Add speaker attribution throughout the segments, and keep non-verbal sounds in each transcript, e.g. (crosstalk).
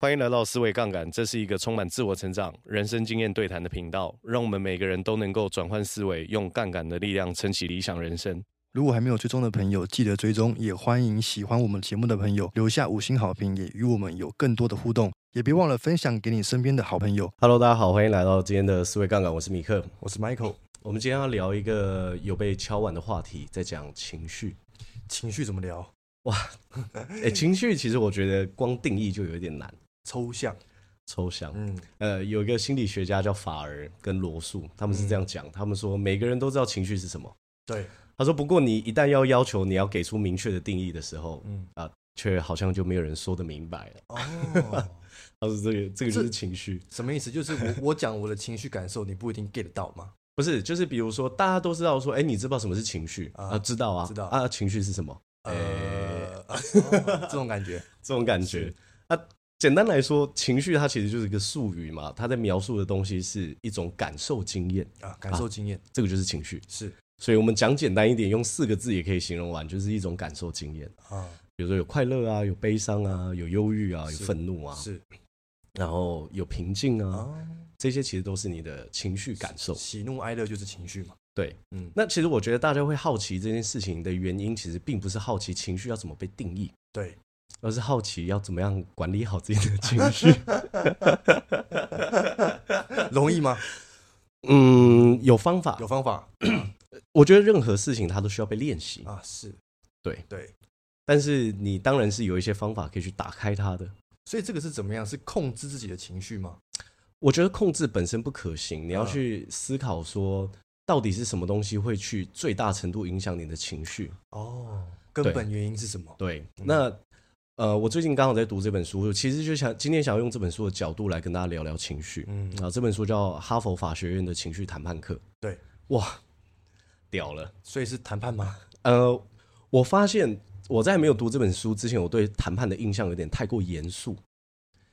Speaker 1: 欢迎来到思维杠杆，这是一个充满自我成长、人生经验对谈的频道，让我们每个人都能够转换思维，用杠杆的力量撑起理想人生。
Speaker 2: 如果还没有追踪的朋友，记得追踪，也欢迎喜欢我们节目的朋友留下五星好评，也与我们有更多的互动，也别忘了分享给你身边的好朋友。
Speaker 1: Hello，大家好，欢迎来到今天的思维杠杆，我是米克。
Speaker 2: 我是 Michael，
Speaker 1: 我们今天要聊一个有被敲碗的话题，在讲情 (laughs) 绪。
Speaker 2: 情绪怎么聊？
Speaker 1: 哎，情绪其实我觉得光定义就有一点难，
Speaker 2: 抽象，
Speaker 1: 抽象。
Speaker 2: 嗯，
Speaker 1: 呃，有一个心理学家叫法尔跟罗素，他们是这样讲，他们说每个人都知道情绪是什么。
Speaker 2: 对，
Speaker 1: 他说，不过你一旦要要求你要给出明确的定义的时候，
Speaker 2: 嗯
Speaker 1: 啊，却好像就没有人说的明白了。
Speaker 2: 哦，
Speaker 1: 他说这个这个就
Speaker 2: 这
Speaker 1: 是情绪，
Speaker 2: (laughs) 什么意思？就是我我讲我的情绪感受，你不一定 get 得到吗？
Speaker 1: 不是就是比如说大家都知道说，哎，你知不知道什么是情绪
Speaker 2: 啊
Speaker 1: 啊？知道啊，
Speaker 2: 知道
Speaker 1: 啊，情绪是什么？
Speaker 2: 呃，
Speaker 1: 哎
Speaker 2: 啊哦 (laughs) 这种感觉，
Speaker 1: 这种感觉啊。简单来说，情绪它其实就是一个术语嘛，它在描述的东西是一种感受经验，
Speaker 2: 啊，感受经验
Speaker 1: 这个就是情绪。
Speaker 2: 是
Speaker 1: 所以我们讲简单一点，用四个字也可以形容完，就是一种感受经验。
Speaker 2: 啊，
Speaker 1: 比如说有快乐啊，有悲伤啊，有忧郁啊，有
Speaker 2: 是
Speaker 1: 愤怒啊，
Speaker 2: 是
Speaker 1: 然后有平静啊，
Speaker 2: 啊，
Speaker 1: 这些其实都是你的情绪感受。
Speaker 2: 喜怒哀乐就是情绪嘛，
Speaker 1: 对，
Speaker 2: 嗯，
Speaker 1: 那其实我觉得大家会好奇这件事情的原因，其实并不是好奇情绪要怎么被定义，
Speaker 2: 对，
Speaker 1: 而是好奇要怎么样管理好自己的情
Speaker 2: (laughs)
Speaker 1: 绪。
Speaker 2: 容易吗？
Speaker 1: 嗯，有方法
Speaker 2: 有。方法
Speaker 1: 我觉得任何事情它都需要被练习，
Speaker 2: 啊，是
Speaker 1: 对
Speaker 2: 对，
Speaker 1: 但是你当然是有一些方法可以去打开它的。
Speaker 2: 所以这个是怎么样？是控制自己的情绪吗？
Speaker 1: 我觉得控制本身不可行，你要
Speaker 2: 嗯
Speaker 1: 去思考说，到底是什么东西会去最大程度影响你的情绪。
Speaker 2: 哦，根本原因是什么？
Speaker 1: 对，那呃，我最近刚好在读这本书，其实就想今天想要用这本书的角度来跟大家聊聊情绪。
Speaker 2: 嗯，
Speaker 1: 啊，这本书叫《哈佛法学院的情绪谈判课》。
Speaker 2: 对，
Speaker 1: 哇，屌了！
Speaker 2: 所以是谈判吗？
Speaker 1: 呃，我发现我在没有读这本书之前，我对谈判的印象有点太过严肃，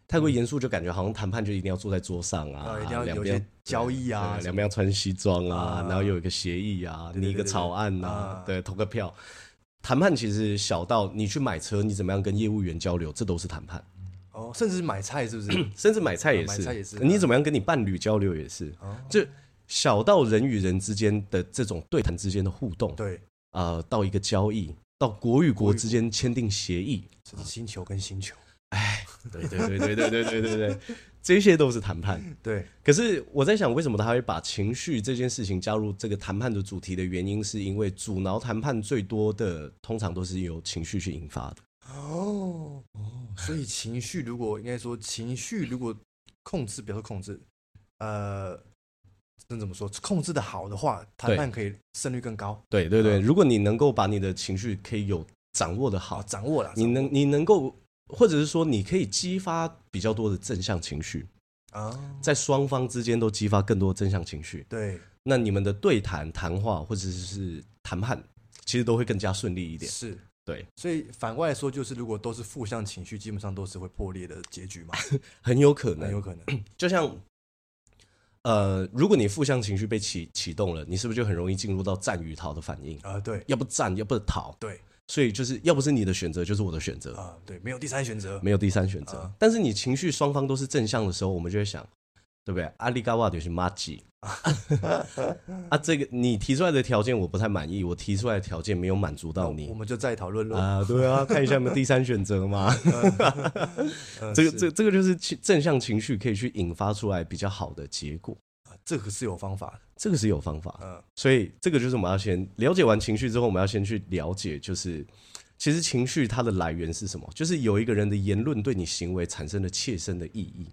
Speaker 1: 太过严肃就感觉好像谈判就一定要坐在桌上啊，
Speaker 2: 啊，一定要
Speaker 1: 两
Speaker 2: 有一
Speaker 1: 边
Speaker 2: 些交易啊
Speaker 1: 对，两边要穿西装啊，
Speaker 2: 啊
Speaker 1: 然后有一个协议啊，
Speaker 2: 对对
Speaker 1: 拟一个
Speaker 2: 对对
Speaker 1: 草案啊
Speaker 2: 啊，
Speaker 1: 对，投个票。谈判其实小到你去买车，你怎么样跟业务员交流，这都是谈判。
Speaker 2: 哦，甚至是买菜是不 (clears throat) 是？
Speaker 1: 甚至买菜也是，
Speaker 2: 啊买菜也是
Speaker 1: 你怎么样跟你伴侣交流也是，
Speaker 2: 哦
Speaker 1: 就小到人与人之间的这种对谈之间的互动，
Speaker 2: 对，
Speaker 1: 呃，到一个交易，到国与国之间签订协议，
Speaker 2: 这是星球跟星球。
Speaker 1: 对对对对对对对对对，这些都是谈判。
Speaker 2: 对，
Speaker 1: 可是我在想，为什么他会把情绪这件事情加入这个谈判的主题的原因，是因为阻挠谈判最多的，通常都是由情绪去引发的。
Speaker 2: 哦哦，所以情绪如果应该说情绪如果控制，比如说控制，呃，那怎么说？控制的好的话，谈判可以胜率更高。
Speaker 1: 对对啊对，如果你能够把你的情绪可以有掌握的好
Speaker 2: 好，，掌握了
Speaker 1: 你能你能够，或者是说你可以激发比较多的正向情绪，
Speaker 2: 啊，
Speaker 1: 在双方之间都激发更多的正向情绪，
Speaker 2: 对，
Speaker 1: 那你们的对谈、谈话或者是谈判，其实都会更加顺利一点。
Speaker 2: 是。
Speaker 1: 对，
Speaker 2: 所以反过来说，就是如果都是负向情绪，基本上都是会破裂的结局
Speaker 1: (laughs)
Speaker 2: 嘛，
Speaker 1: 很有可
Speaker 2: 很
Speaker 1: 能
Speaker 2: 有，可
Speaker 1: (laughs)
Speaker 2: 能。
Speaker 1: 就像。呃，如果你负向情绪被启启动了，你是不是就很容易进入到战与逃的反应？
Speaker 2: 啊，对
Speaker 1: 要不战，要不逃。
Speaker 2: 对
Speaker 1: 所以就是要不是你的选择，就是我的选择，
Speaker 2: 啊，对，没有第三选择。
Speaker 1: 没有第三选择。
Speaker 2: 啊
Speaker 1: 但是你情绪双方都是正向的时候，我们就会想，对不对？阿里嘎瓦就是马
Speaker 2: (laughs)
Speaker 1: 吉啊，这个你提出来的条件我不太满意，我提出来的条件没有满足到
Speaker 2: 我
Speaker 1: 你
Speaker 2: 们就再讨论论。
Speaker 1: 啊，对啊，看一下有没有第三选择嘛。
Speaker 2: (laughs) 呃
Speaker 1: 这个
Speaker 2: 是
Speaker 1: 这这个就是情正向情绪可以去引发出来比较好的结果，
Speaker 2: 这个是有方法的。
Speaker 1: 这个是有方法。
Speaker 2: 嗯，
Speaker 1: 所以这个就是我们要先了解完情绪之后，我们要先去了解，就是其实情绪它的来源是什么？就是有一个人的言论对你行为产生了切身的意义，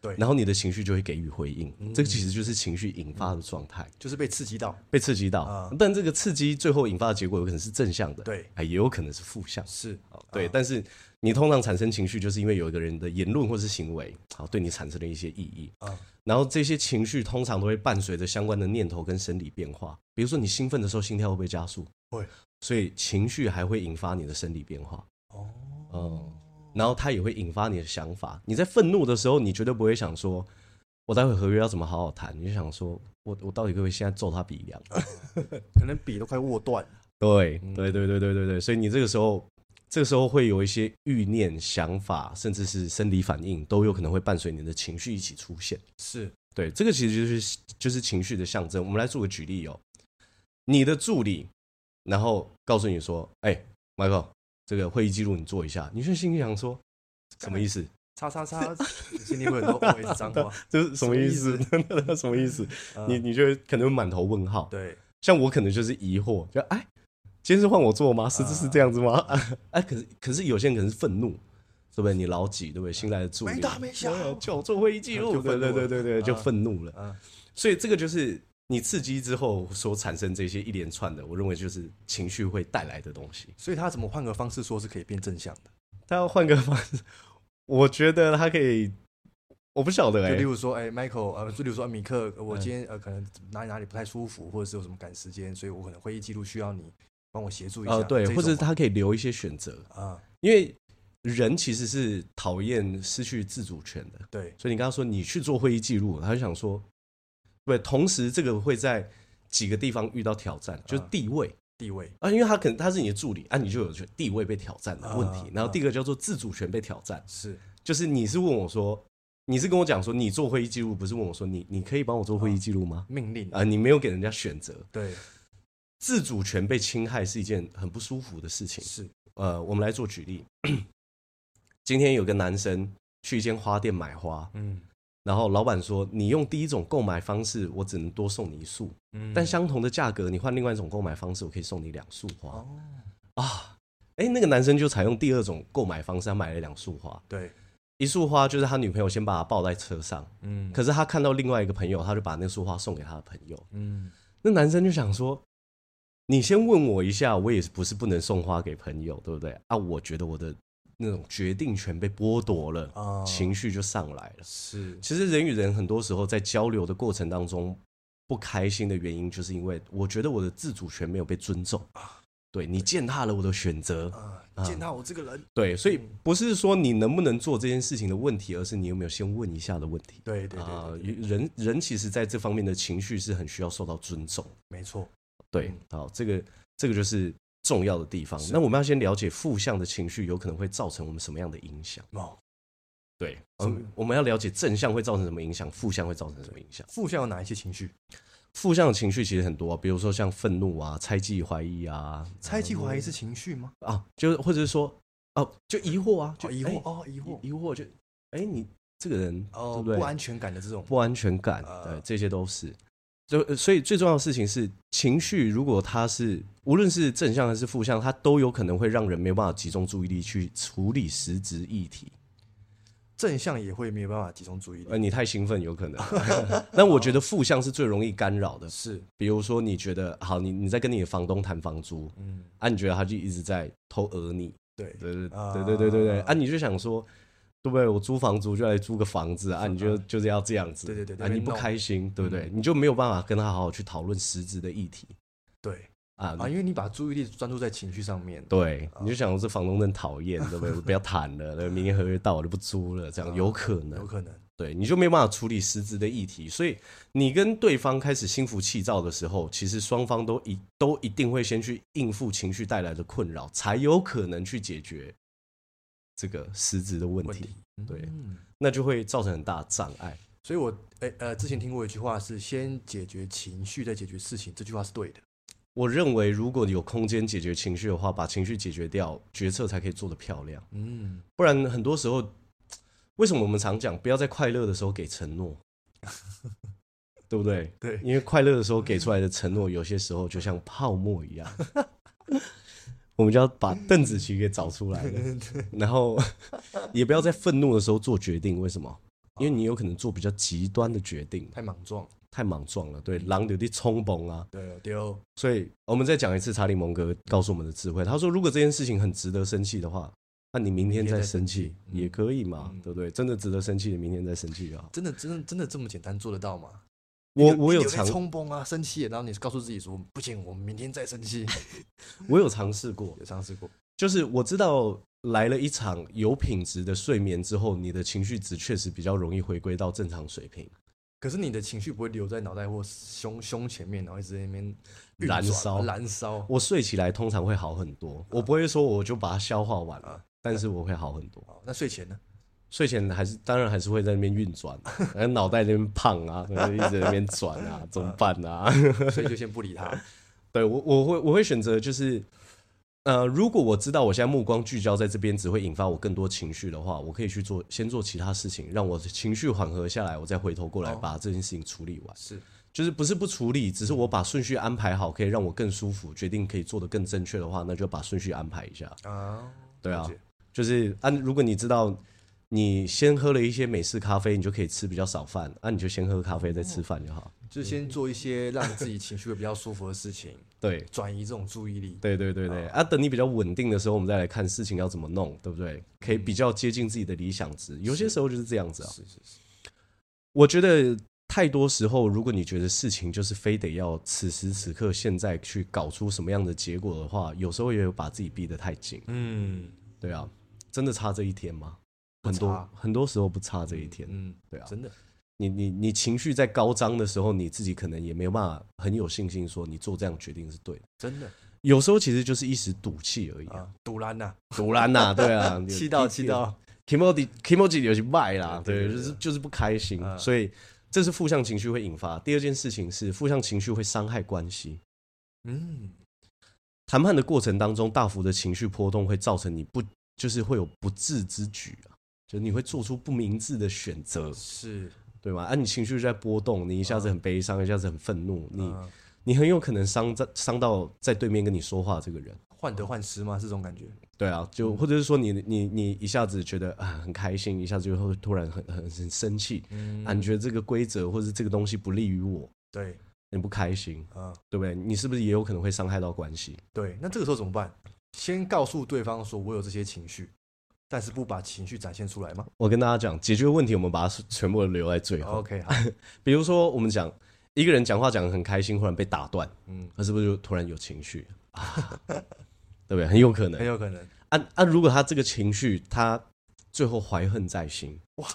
Speaker 2: 对嗯
Speaker 1: 然后你的情绪就会给予回应，这个其实就是情绪引发的状态，
Speaker 2: 就是被刺激到。
Speaker 1: 被刺激到，
Speaker 2: 啊
Speaker 1: 但这个刺激最后引发的结果有可能是正向的，
Speaker 2: 对
Speaker 1: 哎，也有可能是负向。
Speaker 2: 是
Speaker 1: 对，
Speaker 2: 啊
Speaker 1: 但是你通常产生情绪，就是因为有一个人的言论或是行为，好对你产生了一些意义。
Speaker 2: 啊
Speaker 1: 然后这些情绪通常都会伴随着相关的念头跟生理变化，比如说你兴奋的时候心跳会不会加速？
Speaker 2: 会，
Speaker 1: 所以情绪还会引发你的生理变化，
Speaker 2: 哦，
Speaker 1: 嗯，然后它也会引发你的想法。你在愤怒的时候，你绝对不会想说，我待会合约要怎么好好谈，你就想说我我到底会不会现在揍他鼻梁？
Speaker 2: 可能笔都快握断了。
Speaker 1: 嗯对对对对对对对，所以你这个时候这个时候会有一些欲念、想法，甚至是生理反应，都有可能会伴随你的情绪一起出现。
Speaker 2: 是
Speaker 1: 对，这个其实就是就是情绪的象征。我们来做个举例哦，你的助理，然后告诉你说：“哎、m i c h a e l 这个会议记录你做一下。”你就心里想说：“什么意思？
Speaker 2: 叉叉叉，心里
Speaker 1: (laughs)
Speaker 2: 会很多 OS 脏话。
Speaker 1: 这是什么意思？ (laughs) 嗯什么意思？
Speaker 2: 呃
Speaker 1: 你你就会可能会满头问号。
Speaker 2: 对，
Speaker 1: 像我可能就是疑惑，就哎，今天是换我做吗？实质是这样子吗？哎，啊可是可是有些人可能是愤怒，对不对？你老几，对不对？新来的助理
Speaker 2: 没大没小
Speaker 1: 对叫我做会议记录，
Speaker 2: 就
Speaker 1: 对
Speaker 2: 愤怒
Speaker 1: 啊对
Speaker 2: 了
Speaker 1: 对对啊对，就愤怒了。
Speaker 2: 嗯，
Speaker 1: 所以这个就是你刺激之后所产生这些一连串的，我认为就是情绪会带来的东西。
Speaker 2: 所以他怎么换个方式说是可以变正向的？
Speaker 1: 他要换个方式，我觉得他可以，我不晓得哎、
Speaker 2: 就例如说，哎，Michael，呃，就例如说，米克，
Speaker 1: 嗯
Speaker 2: 呃我今天呃可能哪里哪里不太舒服，或者是有什么赶时间，所以我可能会议记录需要你帮我协助一下。
Speaker 1: 呃，对，
Speaker 2: 这
Speaker 1: 或者是
Speaker 2: 种
Speaker 1: 他可以留一些选择，
Speaker 2: 啊，
Speaker 1: 因为人其实是讨厌失去自主权的。
Speaker 2: 对，
Speaker 1: 所以你刚刚说你去做会议记录，他就想说，对，同时这个会在几个地方遇到挑战，就是地位
Speaker 2: 地位
Speaker 1: 啊，因为他可能他是你的助理啊，你就有地位被挑战的问题
Speaker 2: 啊。
Speaker 1: 然后第一个叫做自主权被挑战，
Speaker 2: 是
Speaker 1: 就是你是问我说，你是跟我讲说你做会议记录，不是问我说你你可以帮我做会议记录吗？
Speaker 2: 命令，
Speaker 1: 啊，你没有给人家选择，
Speaker 2: 对，
Speaker 1: 自主权被侵害是一件很不舒服的事情。
Speaker 2: 是
Speaker 1: 呃，我们来做举例， (clears throat) 今天有个男生去一间花店买花，
Speaker 2: 嗯
Speaker 1: 然后老板说，你用第一种购买方式，我只能多送你一束，
Speaker 2: 嗯
Speaker 1: 但相同的价格，你换另外一种购买方式，我可以送你两束花
Speaker 2: 哦，
Speaker 1: 啊。哎，那个男生就采用第二种购买方式，他买了两束花，
Speaker 2: 对，
Speaker 1: 一束花就是他女朋友先把他抱在车上，
Speaker 2: 嗯
Speaker 1: 可是他看到另外一个朋友，他就把那束花送给他的朋友。
Speaker 2: 嗯，
Speaker 1: 那男生就想说，你先问我一下，我也不是不能送花给朋友，对不对？啊，我觉得我的那种决定权被剥夺了，
Speaker 2: 哦
Speaker 1: 情绪就上来了。
Speaker 2: 是
Speaker 1: 其实人与人很多时候在交流的过程当中，不开心的原因，就是因为我觉得我的自主权没有被尊重。对你践踏了我的选择，
Speaker 2: 啊，见到我这个人，
Speaker 1: 对，所以不是说你能不能做这件事情的问题，而是你有没有先问一下的问题。
Speaker 2: 对对对
Speaker 1: 啊
Speaker 2: 对，
Speaker 1: 人人其实在这方面的情绪是很需要受到尊重。
Speaker 2: 没错，
Speaker 1: 对
Speaker 2: 嗯，
Speaker 1: 好，这个这个就是重要的地方。那我们要先了解负向的情绪有可能会造成我们什么样的影响。
Speaker 2: 哦，
Speaker 1: 对，我
Speaker 2: 什么
Speaker 1: 们我们要了解正向会造成什么影响，负向会造成什么影响。
Speaker 2: 负向有哪一些情绪？
Speaker 1: 嗯负向的情绪其实很多、比如说像愤怒啊、猜忌、怀疑啊
Speaker 2: 猜忌怀疑是情绪吗？
Speaker 1: 啊，就是或者是说哦，就疑惑啊，就
Speaker 2: 哦，疑惑，
Speaker 1: 哎
Speaker 2: 哦，疑惑，
Speaker 1: 疑惑就哎、你这个人
Speaker 2: 哦，
Speaker 1: 对不对
Speaker 2: 不安全感的这种，
Speaker 1: 不安全感，
Speaker 2: 呃
Speaker 1: 对，这些都是。就呃所以最重要的事情是，情绪如果它是无论是正向还是负向，它都有可能会让人没有办法集中注意力去处理实质议题。
Speaker 2: 正向也会没有办法集中注意
Speaker 1: 呃，
Speaker 2: 力，
Speaker 1: 你太兴奋有可
Speaker 2: (laughs)
Speaker 1: 能，但我觉得负向是最容易干扰的。
Speaker 2: 是，
Speaker 1: 比如说，你觉得好，你你在跟你的房东谈房租，
Speaker 2: 嗯，
Speaker 1: 啊，你觉得他就一直在偷讹你，
Speaker 2: 对，
Speaker 1: 对对
Speaker 2: 啊
Speaker 1: 对对对对对，啊，你就想说，对不对？我租房租就来租个房子啊，你就就是要这样子，
Speaker 2: 对对对
Speaker 1: 啊，
Speaker 2: 对嗯
Speaker 1: 你不
Speaker 2: 弄
Speaker 1: 开心，对不对？你就没有办法跟他好好去讨论实质的议题
Speaker 2: 对
Speaker 1: 啊，
Speaker 2: 啊，因啊为你把注意力专注在情绪上面，
Speaker 1: 对，你就想说这房东真讨厌，对不对？我不要谈了，对明年合约到我就不租了，
Speaker 2: 啊
Speaker 1: 这样有可
Speaker 2: 有
Speaker 1: 能，
Speaker 2: 可能
Speaker 1: 对，你就没有办法处理实质的议题，所以你跟对方开始心浮气躁的时候，其实双方都一都一定会先去应付情绪带来的困扰，才有可能去解决这个实质的问
Speaker 2: 问
Speaker 1: 题
Speaker 2: 题。，嗯
Speaker 1: 对那就会造成很大的障碍。
Speaker 2: 所以我哎呃，之前听过一句话是先解决情绪，再解决事情，这句话是对的，
Speaker 1: 我认为，如果有空间解决情绪的话，把情绪解决掉，决策才可以做得漂亮。
Speaker 2: 嗯，
Speaker 1: 不然，很多时候，为什么我们常讲不要在快乐的时候给承诺， (laughs) 对不对？
Speaker 2: 对
Speaker 1: 因为快乐的时候给出来的承诺，有些时候就像泡沫一样。
Speaker 2: (laughs)
Speaker 1: 我们就要把邓紫棋给找出来了，然后也不要在愤怒的时候做决定。为什么？
Speaker 2: 哦
Speaker 1: 因为你有可能做比较极端的决定，
Speaker 2: 太莽撞，
Speaker 1: 太莽撞了。对，狼有的冲崩啊，
Speaker 2: 对哦丢，
Speaker 1: 所以我们再讲一次查理蒙格告诉我们的智慧。他说，如果这件事情很值得生气的话，那你明天再生气
Speaker 2: 明天再生气嗯
Speaker 1: 也可以嘛，
Speaker 2: 嗯
Speaker 1: 对不对？真的值得生气，你明天再生气就好。
Speaker 2: 真的真的真的这么简单做得到吗？
Speaker 1: 我
Speaker 2: 你
Speaker 1: 我
Speaker 2: 你
Speaker 1: 有
Speaker 2: 在
Speaker 1: 尝
Speaker 2: 冲崩啊，生气，然后你告诉自己说不行，我明天再生气，
Speaker 1: 我有尝试过，
Speaker 2: 有尝试过，
Speaker 1: 就是我知道来了一场有品质的睡眠之后，你的情绪值确实比较容易回归到正常水平。
Speaker 2: 可是你的情绪不会留在脑袋或胸胸前面，然后一直在那边运
Speaker 1: 燃
Speaker 2: 转
Speaker 1: 烧
Speaker 2: 燃烧。
Speaker 1: 我睡起来通常会好很多，我不会说我就把它消化完了，但是我会好很多。
Speaker 2: 好，那
Speaker 1: (laughs)
Speaker 2: 睡前呢？
Speaker 1: 睡前还是当然还是会在那边运转、啊， (laughs) 然后脑袋在那边胖啊， (laughs) 然后一直在那边转啊，怎么办啊？
Speaker 2: 所以就先不理他。
Speaker 1: (laughs) 对我我会我会选择就是，呃，如果我知道我现在目光聚焦在这边，只会引发我更多情绪的话，我可以去做先做其他事情，让我的情绪缓和下来，我再回头过来把这件事情处理完。
Speaker 2: 哦是，
Speaker 1: 就是不是不处理，只是我把顺序安排好，可以让我更舒服，决定可以做得更正确的话，那就把顺序安排一下。
Speaker 2: 啊，
Speaker 1: 对啊
Speaker 2: 了解，
Speaker 1: 就是按、如果你知道你先喝了一些美式咖啡，你就可以吃比较少饭，啊，你就先喝咖啡再吃饭就好。
Speaker 2: 就是先做一些让自己情绪会比较舒服的事情，
Speaker 1: 对，
Speaker 2: 转移这种注意力。
Speaker 1: 对对对对，啊，等你比较稳定的时候，我们再来看事情要怎么弄，对不对？可以比较接近自己的理想值，有些时候就是这样子啊。
Speaker 2: 嗯是是是，
Speaker 1: 我觉得太多时候，如果你觉得事情就是非得要此时此刻现在去搞出什么样的结果的话，有时候也有把自己逼得太紧。
Speaker 2: 嗯
Speaker 1: 对啊，真的差这一天吗？很
Speaker 2: 不
Speaker 1: 多
Speaker 2: 差
Speaker 1: 很多时候不差这一天。
Speaker 2: 嗯，
Speaker 1: 对啊，
Speaker 2: 真的
Speaker 1: 你你你情绪在高涨的时候，你自己可能也没有办法很有信心说你做这样决定是对的。
Speaker 2: 真的
Speaker 1: 有时候其实就是一时赌气而已啊、
Speaker 2: 啊，堵拦呐，，
Speaker 1: 堵拦呐，对啊
Speaker 2: 气到气到，
Speaker 1: ，emoji emoji 有些卖啦，
Speaker 2: 对
Speaker 1: 对，
Speaker 2: 对对
Speaker 1: 就是
Speaker 2: 对
Speaker 1: 就是不开心，
Speaker 2: 嗯
Speaker 1: 所以这是负向情绪会引发。第二件事情是负向情绪会伤害关系。
Speaker 2: 嗯，
Speaker 1: 谈判的过程当中，大幅的情绪波动会造成你不就是会有不智之举啊，就你会做出不明智的选择，
Speaker 2: 是，
Speaker 1: 对吗？啊，你情绪在波动，你一下子
Speaker 2: 嗯
Speaker 1: 很悲伤，一下子很愤怒，你
Speaker 2: 啊
Speaker 1: 你很有可能伤在伤到在对面跟你说话这个人。
Speaker 2: 患得患失吗？是这种感觉，
Speaker 1: 对啊，
Speaker 2: 嗯
Speaker 1: 就或者是说你你你一下子觉得啊很开心，一下子就会突然很很很生气，
Speaker 2: 嗯
Speaker 1: 啊你觉得这个规则或者这个东西不利于我，
Speaker 2: 对，
Speaker 1: 你不开心，
Speaker 2: 啊，
Speaker 1: 对不对？你是不是也有可能会伤害到关系？
Speaker 2: 对，那这个时候怎么办？先告诉对方说我有这些情绪，但是不把情绪展现出来吗
Speaker 1: 我跟大家讲，解决问题我们把它全部留在最后。
Speaker 2: ？OK，好，
Speaker 1: 比如说我们讲一个人讲话讲得很开心，忽然被打断，
Speaker 2: 嗯，
Speaker 1: 他是不是就突然有情绪 (laughs) 啊？对不对？很有可能
Speaker 2: 很。有可能，
Speaker 1: 啊啊！如果他这个情绪，他最后怀恨在心，哇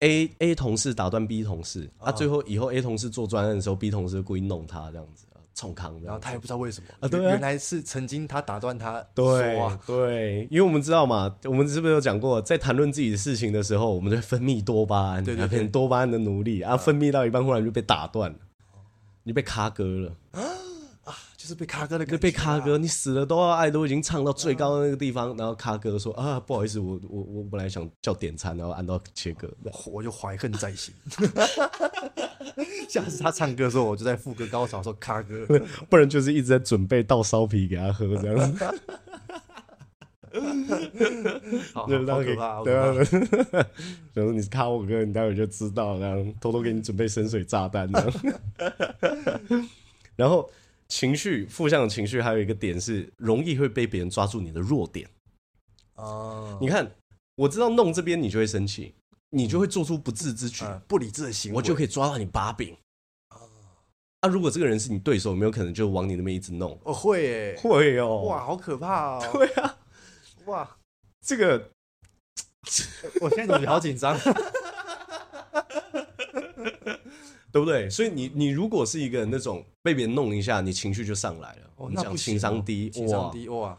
Speaker 1: ！A A 同事打断 B 同事，啊，
Speaker 2: 啊
Speaker 1: 最后以后 A 同事做专案的时候，B 同事就故意弄他这样子，啊冲康这
Speaker 2: 然后
Speaker 1: 样子。
Speaker 2: 他也不知道为什么
Speaker 1: 啊对啊
Speaker 2: 原原来是曾经他打断他
Speaker 1: 对
Speaker 2: 说啊，
Speaker 1: 对，因为我们知道嘛，我们是不是有讲过，在谈论自己的事情的时候，我们就会分泌多巴胺，
Speaker 2: 对对对
Speaker 1: 变成多巴胺的奴隶啊，分泌到一半忽然就被打断了，你被卡歌了。
Speaker 2: 就是被咖哥的
Speaker 1: 就
Speaker 2: 歌
Speaker 1: 被咖哥，你死了都要爱，都已经唱到最高的那个地方，然后咖哥说啊，不好意思，我我我本来想叫点餐，然后按到切割，
Speaker 2: 我就怀恨在 (laughs) 心。下次他唱歌的时候，我就在副歌高潮的时候咖哥，
Speaker 1: (laughs) 不然就是一直在准备倒烧啤给他喝这样 (laughs) 子，
Speaker 2: 好好
Speaker 1: 就是让他
Speaker 2: 好
Speaker 1: 给
Speaker 2: 可怕，好
Speaker 1: 对啊 (laughs)
Speaker 2: 可怕。，
Speaker 1: 然后你是咖我哥，你待会就知道，然后偷偷给你准备深水炸弹这样， (laughs) 然后情绪负向的情绪还有一个点是容易会被别人抓住你的弱点。
Speaker 2: 哦，
Speaker 1: 你看，我知道弄这边你就会生气，你就会做出不智之举，
Speaker 2: 啊不理智的行为，
Speaker 1: 我就可以抓到你把柄。啊，如果这个人是你对手，有没有可能就往你那边一直弄？
Speaker 2: 我哦会耶，
Speaker 1: 会哦
Speaker 2: 哇，
Speaker 1: 哇，
Speaker 2: 好可怕哦！
Speaker 1: 对啊，
Speaker 2: 哇，
Speaker 1: 这个
Speaker 2: 我现在怎么觉得好紧张？
Speaker 1: (laughs) 对不对？所以你你如果是一个那种被别人弄一下，你情绪就上来了，我
Speaker 2: 哦，
Speaker 1: 们
Speaker 2: 那
Speaker 1: 讲
Speaker 2: 不
Speaker 1: 情商低，
Speaker 2: 情商
Speaker 1: 哇，
Speaker 2: 低哇，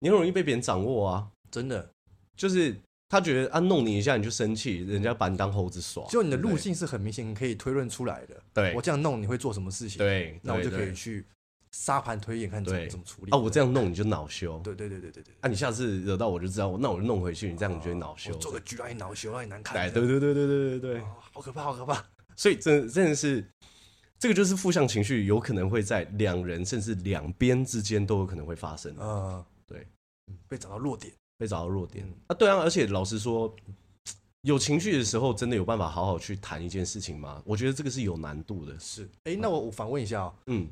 Speaker 1: 你很容易被别人掌握啊，
Speaker 2: 真的。
Speaker 1: 就是。他觉得啊，弄你一下你就生气，人家把你当猴子耍。
Speaker 2: 就你的
Speaker 1: 对不
Speaker 2: 路径是很明显可以推论出来的。
Speaker 1: 对
Speaker 2: 我这样弄你会做什么事情？，
Speaker 1: 对，对
Speaker 2: 那我就可
Speaker 1: 对
Speaker 2: 以去沙盘推演看怎么
Speaker 1: 对
Speaker 2: 怎么处理。
Speaker 1: 啊，我这样弄你就恼羞。
Speaker 2: 对对对对对对，
Speaker 1: 啊，你下次惹到我就知道，那我就弄回去，你这样你就会恼羞
Speaker 2: 哦我。做个局让你恼羞，让你难看。
Speaker 1: 哎，对
Speaker 2: 这样
Speaker 1: 对对对对对对。
Speaker 2: 哦好可怕，好可怕。
Speaker 1: 所以真的真的是，这个就是负向情绪有可能会在两人甚至两边之间都有可能会发生，
Speaker 2: 呃，
Speaker 1: 对
Speaker 2: 嗯，被找到弱点。
Speaker 1: 被找到弱点
Speaker 2: 嗯
Speaker 1: 啊。对啊，而且老实说，有情绪的时候，真的有办法好好去谈一件事情吗？我觉得这个是有难度的。
Speaker 2: 是，哎，那我我反问一下哦，
Speaker 1: 嗯，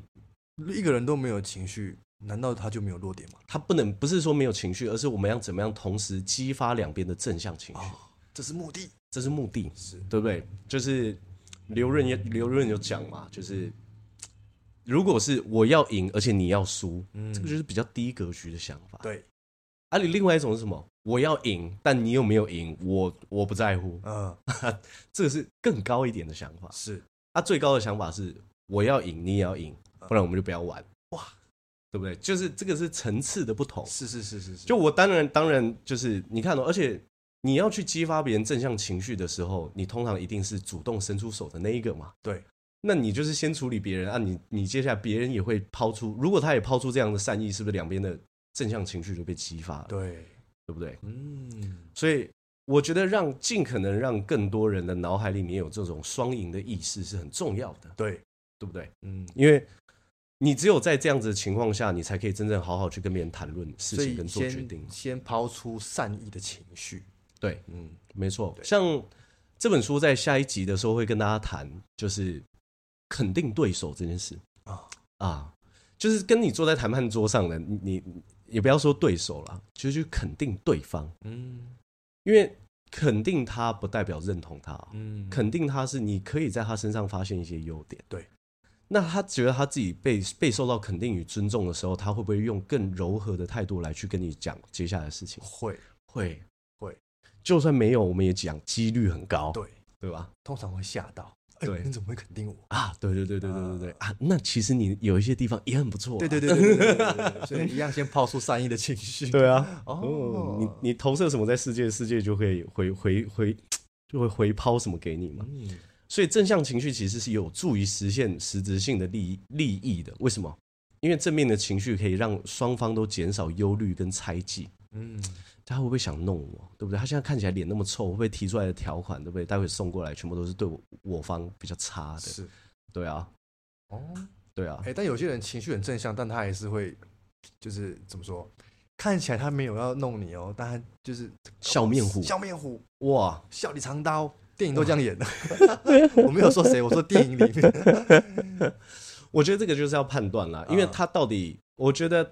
Speaker 2: 一个人都没有情绪，难道他就没有弱点吗？
Speaker 1: 他不能不是说没有情绪，而是我们要怎么样同时激发两边的正向情绪，
Speaker 2: 这是目的。
Speaker 1: 这是目的，
Speaker 2: 哦是
Speaker 1: 对不对？就是刘润也刘润有讲嘛，就是。嗯如果是我要赢，而且你要输，这个就是比较低格局的想法。
Speaker 2: 对，
Speaker 1: 啊，你另外一种是什么？我要赢，但你有没有赢，我我不在乎，
Speaker 2: 嗯，
Speaker 1: 这个是更高一点的想法。
Speaker 2: 是
Speaker 1: 他最高的想法是我要赢，你也要赢，不然我们就不要玩。
Speaker 2: 哇，
Speaker 1: 对不对？就是这个是层次的不同。
Speaker 2: 是是是是是，
Speaker 1: 哦就我当然当然就是你看哦，而且你要去激发别人正向情绪的时候，你通常一定是主动伸出手的那一个嘛。
Speaker 2: 对，
Speaker 1: 那你就是先处理别人啊，你你接下来别人也会抛出，如果他也抛出这样的善意，是不是两边的正向情绪就被激发了？
Speaker 2: 对，
Speaker 1: 对不对？
Speaker 2: 嗯，
Speaker 1: 所以我觉得让尽可能让更多人的脑海里面有这种双赢的意识是很重要的，
Speaker 2: 对，
Speaker 1: 对不对？
Speaker 2: 嗯，
Speaker 1: 因为你只有在这样子的情况下，你才可以真正好好去跟别人谈论事
Speaker 2: 所
Speaker 1: 情
Speaker 2: 以
Speaker 1: 跟做决定
Speaker 2: 先。先抛出善意的情绪，
Speaker 1: 对，
Speaker 2: 嗯，
Speaker 1: 没错。像这本书在下一集的时候会跟大家谈，就是肯定对手这件事
Speaker 2: 啊
Speaker 1: 啊，就是跟你坐在谈判桌上的你，你也不要说对手啦，就是去肯定对方，
Speaker 2: 嗯
Speaker 1: 因为肯定他不代表认同他哦、
Speaker 2: 嗯，
Speaker 1: 肯定他是你可以在他身上发现一些优点。
Speaker 2: 对，
Speaker 1: 那他觉得他自己被被受到肯定与尊重的时候，他会不会用更柔和的态度来去跟你讲接下来的事情？
Speaker 2: 会，
Speaker 1: 会
Speaker 2: 会，
Speaker 1: 就算没有，我们也讲几率很高，
Speaker 2: 对，
Speaker 1: 对吧？
Speaker 2: 通常会吓到，哎
Speaker 1: 对
Speaker 2: 你怎么会肯定我？
Speaker 1: 啊，对对对对对对对啊！那其实你有一些地方也很不错啊、
Speaker 2: 对对对对对对对对，所以一样先抛出善意的情绪，
Speaker 1: 对啊！
Speaker 2: 哦
Speaker 1: 你你投射什么在世界，世界就会回回回就会回抛什么给你嘛。
Speaker 2: 嗯，
Speaker 1: 所以正向情绪其实是有助于实现实质性的利益利益的。为什么？因为正面的情绪可以让双方都减少忧虑跟猜忌。
Speaker 2: 嗯
Speaker 1: 他会不会想弄我，对不对？他现在看起来脸那么臭，会不会提出来的条款，对不对？待会送过来全部都是对我我方比较差的，
Speaker 2: 是
Speaker 1: 对啊，
Speaker 2: 哦，
Speaker 1: 对啊
Speaker 2: 哎、，但有些人情绪很正向，但他还是会，就是怎么说？看起来他没有要弄你哦，但他就是
Speaker 1: 笑面虎，
Speaker 2: 笑面虎，
Speaker 1: 哇，
Speaker 2: 笑里藏刀，电影都这样演的。我没有说谁，我说电影里面。
Speaker 1: 我觉得这个就是要判断啦，
Speaker 2: 嗯
Speaker 1: 因为他到底，我觉得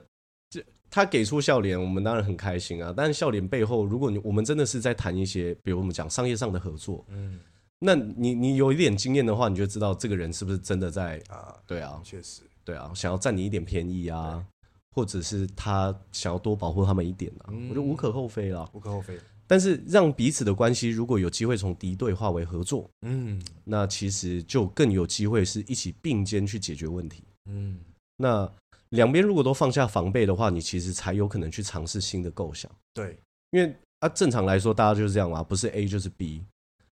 Speaker 1: 这他给出笑脸，我们当然很开心啊。但是笑脸背后，如果你我们真的是在谈一些，比如我们讲商业上的合作，
Speaker 2: 嗯
Speaker 1: 那你你有一点经验的话，你就知道这个人是不是真的在
Speaker 2: 啊，
Speaker 1: 对啊，
Speaker 2: 确实，
Speaker 1: 对啊，想要占你一点便宜啊，或者是他想要多保护他们一点啊，
Speaker 2: 嗯
Speaker 1: 我觉得无可厚非啦。
Speaker 2: 无可厚非。
Speaker 1: 但是让彼此的关系如果有机会从敌对化为合作，
Speaker 2: 嗯
Speaker 1: 那其实就更有机会是一起并肩去解决问题。
Speaker 2: 嗯，
Speaker 1: 那两边如果都放下防备的话，你其实才有可能去尝试新的构想。
Speaker 2: 对，
Speaker 1: 因为啊，正常来说大家就是这样嘛，不是 A 就是 B。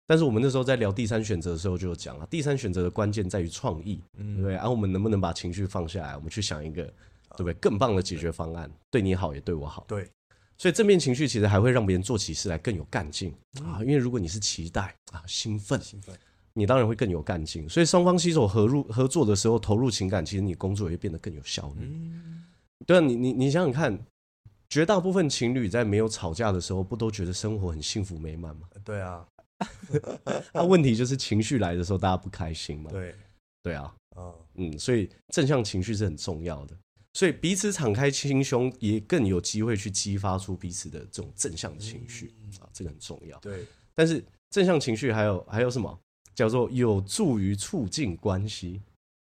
Speaker 1: 但是我们那时候在聊第三选择的时候就有讲啊了，第三选择的关键在于创意，对
Speaker 2: 嗯
Speaker 1: 不对？然、啊后我们能不能把情绪放下来，我们去想一个，对不对？更棒的解决方案，对你好也对我好。
Speaker 2: 对，
Speaker 1: 所以正面情绪其实还会让别人做起事来更有干劲啊，因为如果你是期待啊、兴奋，
Speaker 2: 兴奋。
Speaker 1: 你当然会更有干劲。所以双方携手合入合作的时候，投入情感，其实你工作也会变得更有效率。
Speaker 2: 嗯，
Speaker 1: 对啊，你你你想想看，绝大部分情侣在没有吵架的时候，不都觉得生活很幸福美满吗？
Speaker 2: 对啊，
Speaker 1: 那、问题就是情绪来的时候，大家不开心嘛。
Speaker 2: 对，
Speaker 1: 对啊，
Speaker 2: 嗯
Speaker 1: 嗯，所以正向情绪是很重要的。所以彼此敞开心胸，也更有机会去激发出彼此的这种正向的情绪、啊，这个很重要。
Speaker 2: 嗯对，
Speaker 1: 但是正向情绪还有还有什么叫做有助于促进关系？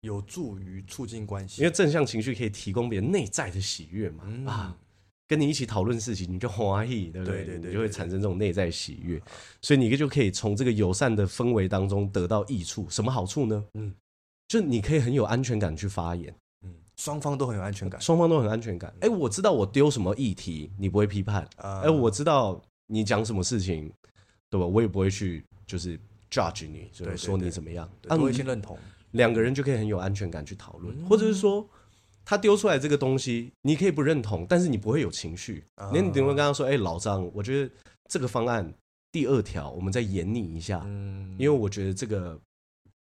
Speaker 2: 有助于促进关系。
Speaker 1: 因为正向情绪可以提供别人内在的喜悦嘛、
Speaker 2: 嗯
Speaker 1: 啊，跟你一起讨论事情，你就欢喜，对不对？
Speaker 2: 对对对啊
Speaker 1: 你就会产生这种内在喜悦，所以你就可以从这个友善的氛围当中得到益处。什么好处呢？
Speaker 2: 嗯，
Speaker 1: 就你可以很有安全感去发言，
Speaker 2: 嗯，双方都很有安全感。
Speaker 1: 双方都很安全感。哎，我知道我丢什么议题，你不会批判；
Speaker 2: 啊
Speaker 1: 哎、我知道你讲什么事情，对吧？我也不会去就是 judge 你，就
Speaker 2: 对
Speaker 1: 是
Speaker 2: 对
Speaker 1: 说你
Speaker 2: 对
Speaker 1: 怎么样。啊
Speaker 2: 对都会
Speaker 1: 你
Speaker 2: 先认同。
Speaker 1: 两个人就可以很有安全感去讨论，或者是说他丢出来这个东西，你可以不认同，但是你不会有情绪，
Speaker 2: 啊
Speaker 1: 那你顶多跟他说：“哎、老张，我觉得这个方案第二条我们再研拟一下，
Speaker 2: 嗯，
Speaker 1: 因为我觉得这个。”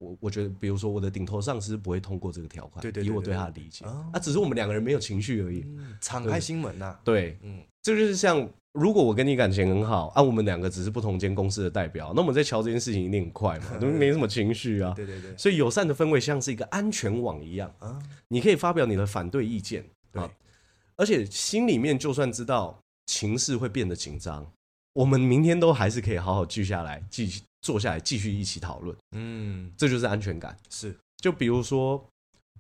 Speaker 1: 我我觉得，比如说我的顶头上司不会通过这个条款，
Speaker 2: 对对对
Speaker 1: 以我
Speaker 2: 对
Speaker 1: 对他的理解，
Speaker 2: 哦
Speaker 1: 啊，只是我们两个人没有情绪而已。
Speaker 2: 嗯敞开心门呐。
Speaker 1: 对，
Speaker 2: 嗯，
Speaker 1: 这就是像，如果我跟你感情很好，啊，我们两个只是不同间公司的代表，那我们在瞧这件事情一定很快嘛，都没什么情绪啊。
Speaker 2: 对对对。
Speaker 1: 所以友善的氛围像是一个安全网一样，
Speaker 2: 啊，
Speaker 1: 你可以发表你的反对意见，
Speaker 2: 对
Speaker 1: 啊，而且心里面就算知道情势会变得紧张，我们明天都还是可以好好聚下来，继续坐下来继续一起讨论，
Speaker 2: 嗯，
Speaker 1: 这就是安全感。
Speaker 2: 是，
Speaker 1: 就比如说，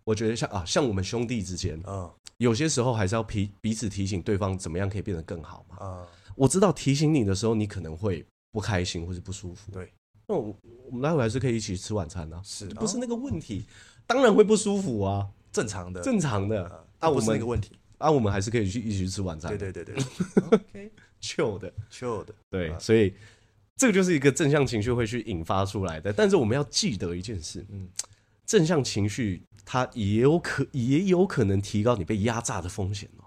Speaker 1: 我觉得像啊，像我们兄弟之间，
Speaker 2: 嗯
Speaker 1: 有些时候还是要彼彼此提醒对方怎么样可以变得更好嘛。
Speaker 2: 啊，
Speaker 1: 我知道提醒你的时候，你可能会不开心或是不舒服。
Speaker 2: 对，
Speaker 1: 那我我们待会还是可以一起吃晚餐啊，
Speaker 2: 是
Speaker 1: 不是
Speaker 2: 哦
Speaker 1: 那个问题，当然会不舒服啊，
Speaker 2: 正常的，
Speaker 1: 正常的。啊，
Speaker 2: 啊，
Speaker 1: 我
Speaker 2: 不是那
Speaker 1: 们
Speaker 2: 个问题。
Speaker 1: 啊，我们还是可以去一起去吃晚餐，
Speaker 2: 对对 (laughs) 对对，OK，
Speaker 1: ，chill 的。
Speaker 2: chill 的，
Speaker 1: 对，
Speaker 2: 啊
Speaker 1: 所以这个就是一个正向情绪会去引发出来的。但是我们要记得一件事，嗯
Speaker 2: 嗯，
Speaker 1: 正向情绪它也有可也有可能提高你被压榨的风险哦。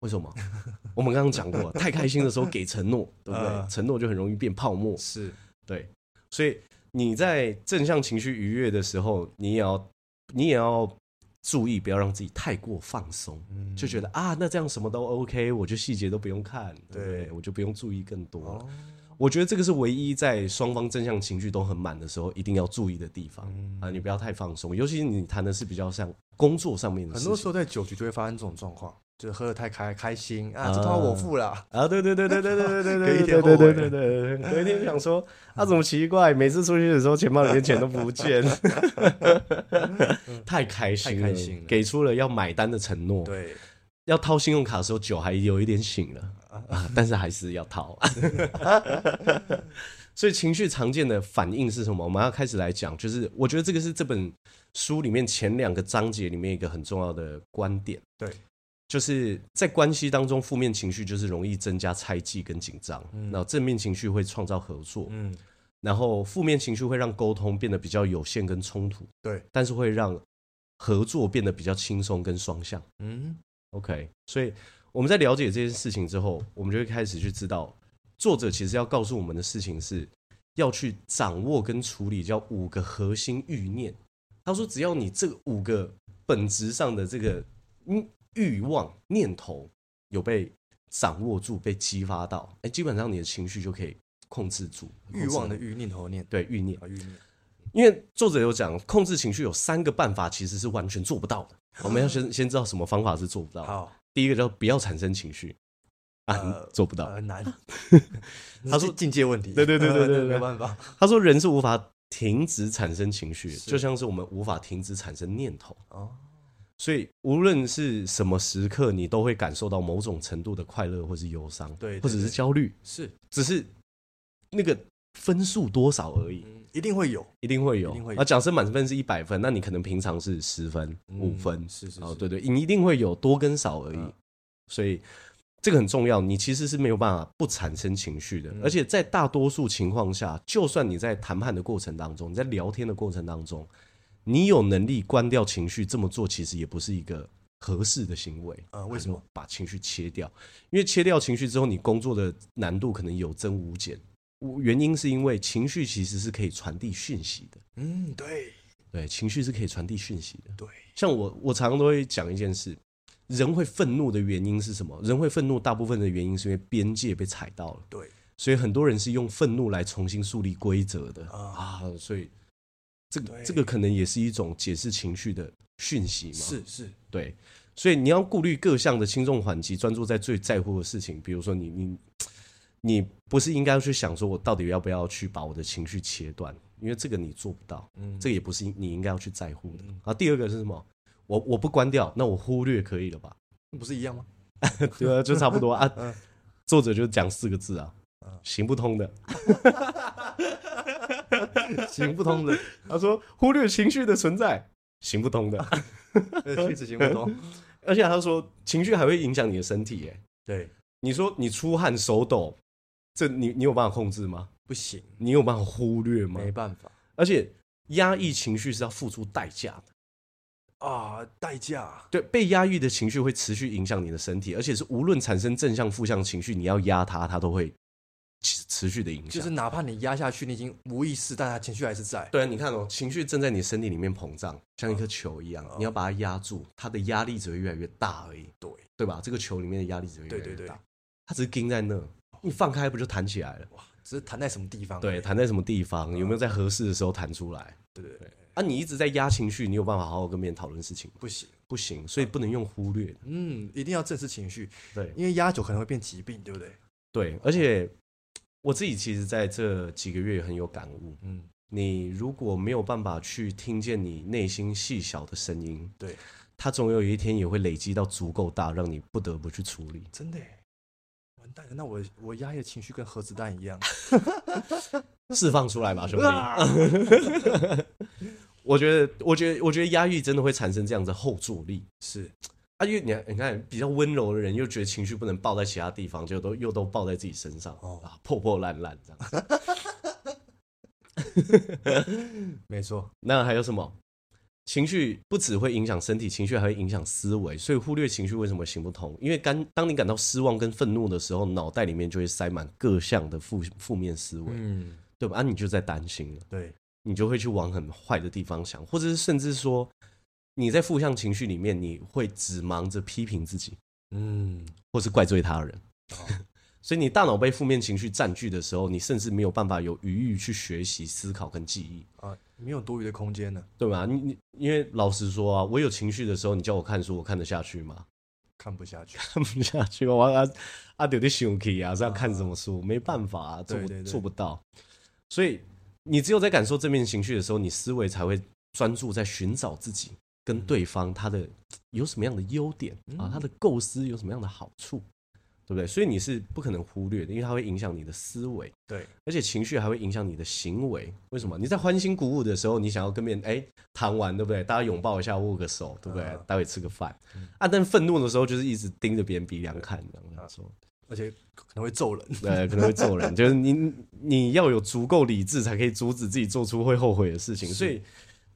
Speaker 1: 为什么？
Speaker 2: (laughs)
Speaker 1: 我们刚刚讲过，太开心的时候给承诺，对不对？
Speaker 2: 呃
Speaker 1: 承诺就很容易变泡沫。
Speaker 2: 是
Speaker 1: 对，所以你在正向情绪愉悦的时候，你也要你也要注意，不要让自己太过放松，
Speaker 2: 嗯
Speaker 1: 就觉得啊，那这样什么都 OK，我就细节都不用看，对不对
Speaker 2: 对
Speaker 1: 我就不用注意更多了。
Speaker 2: 哦，
Speaker 1: 我觉得这个是唯一在双方正向情绪都很满的时候，一定要注意的地方、
Speaker 2: 嗯
Speaker 1: 啊！你不要太放松，尤其是你谈的是比较像工作上面的
Speaker 2: 很
Speaker 1: 事
Speaker 2: 多时
Speaker 1: 情
Speaker 2: 候在酒局就会发生这种状况，就是喝的太开开心啊，这套我付了，
Speaker 1: 啊！对对对对对对对对
Speaker 2: 隔
Speaker 1: 对
Speaker 2: 一天
Speaker 1: 对
Speaker 2: 后悔
Speaker 1: 对对对对对，有一天就想说啊，怎么奇怪？每次出去的时候，钱包里面钱都不见，
Speaker 2: (laughs)
Speaker 1: 太开心了，
Speaker 2: 嗯太开心了
Speaker 1: 给出了要买单的承诺，
Speaker 2: 对，
Speaker 1: 要掏信用卡的时候，酒还有一点醒了啊，但是还是要掏。 (laughs) 所以情绪常见的反应是什么？我们要开始来讲，就是我觉得这个是这本书里面前两个章节里面一个很重要的观点。
Speaker 2: 对，
Speaker 1: 就是在关系当中，负面情绪就是容易增加猜忌跟紧张，
Speaker 2: 嗯
Speaker 1: 然后正面情绪会创造合作，
Speaker 2: 嗯，
Speaker 1: 然后负面情绪会让沟通变得比较有限跟冲突，
Speaker 2: 对，
Speaker 1: 但是会让合作变得比较轻松跟双向。
Speaker 2: 嗯
Speaker 1: OK，所以我们在了解这件事情之后，我们就会开始去知道，作者其实要告诉我们的事情是要去掌握跟处理叫五个核心欲念。他说，只要你这五个本质上的这个嗯欲望念头有被掌握住、被激发到，哎，基本上你的情绪就可以控制住
Speaker 2: 欲望的
Speaker 1: 控制
Speaker 2: 欲念头念，
Speaker 1: 对欲念。
Speaker 2: 啊，欲念，
Speaker 1: 因为作者有讲，控制情绪有三个办法，其实是完全做不到的。我们要先先知道什么方法是做不到的。
Speaker 2: 好，
Speaker 1: 第一个叫不要产生情绪啊，
Speaker 2: 呃
Speaker 1: 做不到。
Speaker 2: 呃，
Speaker 1: (laughs)
Speaker 2: 难，
Speaker 1: 他说
Speaker 2: 这是境界问题，
Speaker 1: 对对对对对对
Speaker 2: (laughs) 没有办法，
Speaker 1: 他说人是无法停止产生情绪的，
Speaker 2: 是
Speaker 1: 就像是我们无法停止产生念头。
Speaker 2: 哦，
Speaker 1: 所以无论是什么时刻，你都会感受到某种程度的快乐或是忧伤，
Speaker 2: 对对
Speaker 1: 或者是
Speaker 2: 对
Speaker 1: 焦虑，
Speaker 2: 是，
Speaker 1: 只 (laughs) 是那个分数多少而已，
Speaker 2: 嗯，一定会有，
Speaker 1: 一定会有。
Speaker 2: 一定会有
Speaker 1: 啊，假设满分是一百分，那你可能平常是十分、五
Speaker 2: 嗯
Speaker 1: 分，
Speaker 2: 是是
Speaker 1: 哦，
Speaker 2: 是
Speaker 1: 对对，你一定会有多跟少而已，
Speaker 2: 嗯
Speaker 1: 所以这个很重要。你其实是没有办法不产生情绪的，
Speaker 2: 嗯
Speaker 1: 而且在大多数情况下，就算你在谈判的过程当中，你在聊天的过程当中，你有能力关掉情绪，这么做其实也不是一个合适的行为。
Speaker 2: 呃，为什么？
Speaker 1: 把情绪切掉，因为切掉情绪之后，你工作的难度可能有增无减。我原因是因为情绪其实是可以传递讯息的，
Speaker 2: 嗯，对
Speaker 1: 对，情绪是可以传递讯息的。
Speaker 2: 对，
Speaker 1: 像我，我常常都会讲一件事：人会愤怒的原因是什么？人会愤怒，大部分的原因是因为边界被踩到了，
Speaker 2: 对，
Speaker 1: 所以很多人是用愤怒来重新树立规则的啊
Speaker 2: 啊
Speaker 1: 所以这个
Speaker 2: 对
Speaker 1: 这个可能也是一种解释情绪的讯息嘛？
Speaker 2: 是是，
Speaker 1: 对，所以你要顾虑各项的轻重缓急，专注在最在乎的事情。比如说你，你你不是应该去想说我到底要不要去把我的情绪切断，因为这个你做不到，
Speaker 2: 嗯，
Speaker 1: 这
Speaker 2: 个
Speaker 1: 个也不是你应该要去在乎的。
Speaker 2: 嗯
Speaker 1: 啊，第二个是什么？我我不关掉，那我忽略可以了吧？ (laughs)
Speaker 2: 不是一样吗？
Speaker 1: 对啊，就差不多啊
Speaker 2: 嗯。
Speaker 1: (laughs) 作者就讲四个字啊
Speaker 2: 嗯，
Speaker 1: 行不通的。
Speaker 2: (laughs) 行不通的，
Speaker 1: 他说忽略情绪的存在，行不通
Speaker 2: (laughs)
Speaker 1: 的。
Speaker 2: 呃确实行不通。
Speaker 1: (laughs) 而且他说情绪还会影响你的身体，耶。
Speaker 2: 对，
Speaker 1: 你说你出汗手抖，这你你有办法控制吗？
Speaker 2: 不行，
Speaker 1: 你有办法忽略吗？
Speaker 2: 没办法
Speaker 1: 而且压抑情绪是要付出代价的，
Speaker 2: 啊，代价
Speaker 1: 对，被压抑的情绪会持续影响你的身体，而且是无论产生正向负向情绪，你要压它，它都会持持续的影响。
Speaker 2: 就是哪怕你压下去，你已经无意识，但他情绪还是在。
Speaker 1: 对啊，你看哦，情绪正在你身体里面膨胀，像一颗球一
Speaker 2: 嗯
Speaker 1: 样，你要把它压住，它的压力只会越来越大而已，
Speaker 2: 对
Speaker 1: 对吧？这个球里面的压力只会越
Speaker 2: 对
Speaker 1: 来
Speaker 2: 对
Speaker 1: 越
Speaker 2: 对
Speaker 1: 大，，它只是钉在那，你放开不就弹起来了？
Speaker 2: 只是弹在什么地方而已？
Speaker 1: 对，啊弹在什么地
Speaker 2: 嗯
Speaker 1: 方，有没有在合适的时候弹出来？
Speaker 2: 对对对，
Speaker 1: 啊，你一直在压情绪，你有办法好好跟别人讨论事情吗？
Speaker 2: 不行。
Speaker 1: 不行，所以不能用忽略的。
Speaker 2: 嗯，一定要正视情绪，
Speaker 1: 对
Speaker 2: 因为压久可能会变疾病，对不对？
Speaker 1: 对，而且我自己其实在这几个月也很有感悟。
Speaker 2: 嗯，
Speaker 1: 你如果没有办法去听见你内心细小的声音，
Speaker 2: 对，
Speaker 1: 它总有一天也会累积到足够大，让你不得不去处理。
Speaker 2: 真的耶，完蛋了！那我我压抑的情绪跟核子弹 (laughs) 一样，
Speaker 1: 释放出来吧，兄
Speaker 2: 啊 (laughs)
Speaker 1: 弟。我觉得，我觉得，我觉得压抑真的会产生这样子的后坐力
Speaker 2: 是
Speaker 1: 啊，因为你看你看比较温柔的人，又觉得情绪不能爆在其他地方，就都又都爆在自己身上、
Speaker 2: 哦
Speaker 1: 啊，破破烂烂这样子。
Speaker 2: 没错，
Speaker 1: 那还有什么？情绪不只会影响身体，情绪还会影响思维，所以忽略情绪为什么行不通？因为感当你感到失望跟愤怒的时候，脑袋里面就会塞满各项的负负面思维，
Speaker 2: 嗯，
Speaker 1: 对吧？啊，你就在担心了。
Speaker 2: 对，
Speaker 1: 你就会去往很坏的地方想，或者是甚至说你在负向情绪里面，你会只忙着批评自己，
Speaker 2: 嗯，
Speaker 1: 或是怪罪他人。
Speaker 2: 哦
Speaker 1: (laughs) 所以你大脑被负面情绪占据的时候，你甚至没有办法有余裕去学习、思考跟记忆，
Speaker 2: 啊，没有多余的空间呢，
Speaker 1: 对吧？你你因为老实说啊，我有情绪的时候，你叫我看书，我看得下去吗？ (laughs)
Speaker 2: 看不下去，
Speaker 1: 看不下去，我啊啊有点生气啊，是要看什么书？没办法啊，做不
Speaker 2: 对对对
Speaker 1: 做不到。所以你只有在感受正面情绪的时候，你思维才会专注在寻找自己
Speaker 2: 嗯
Speaker 1: 跟对方他的有什么样的优点啊，他的构思有什么样的好处，对不对？所以你是不可能忽略的，因为它会影响你的思维，
Speaker 2: 对，
Speaker 1: 而且情绪还会影响你的行为。为什么？你在欢欣鼓舞的时候，你想要跟别人哎谈完，对不对？大家拥抱一下，握个手，对不对
Speaker 2: 嗯？
Speaker 1: 待会吃个饭啊。但愤怒的时候，就是一直盯着别人鼻梁看，这样想说。
Speaker 2: 而且可能会揍人，
Speaker 1: 对，可能会揍人。就是你你要有足够理智，才可以阻止自己做出会后悔的事情。所以，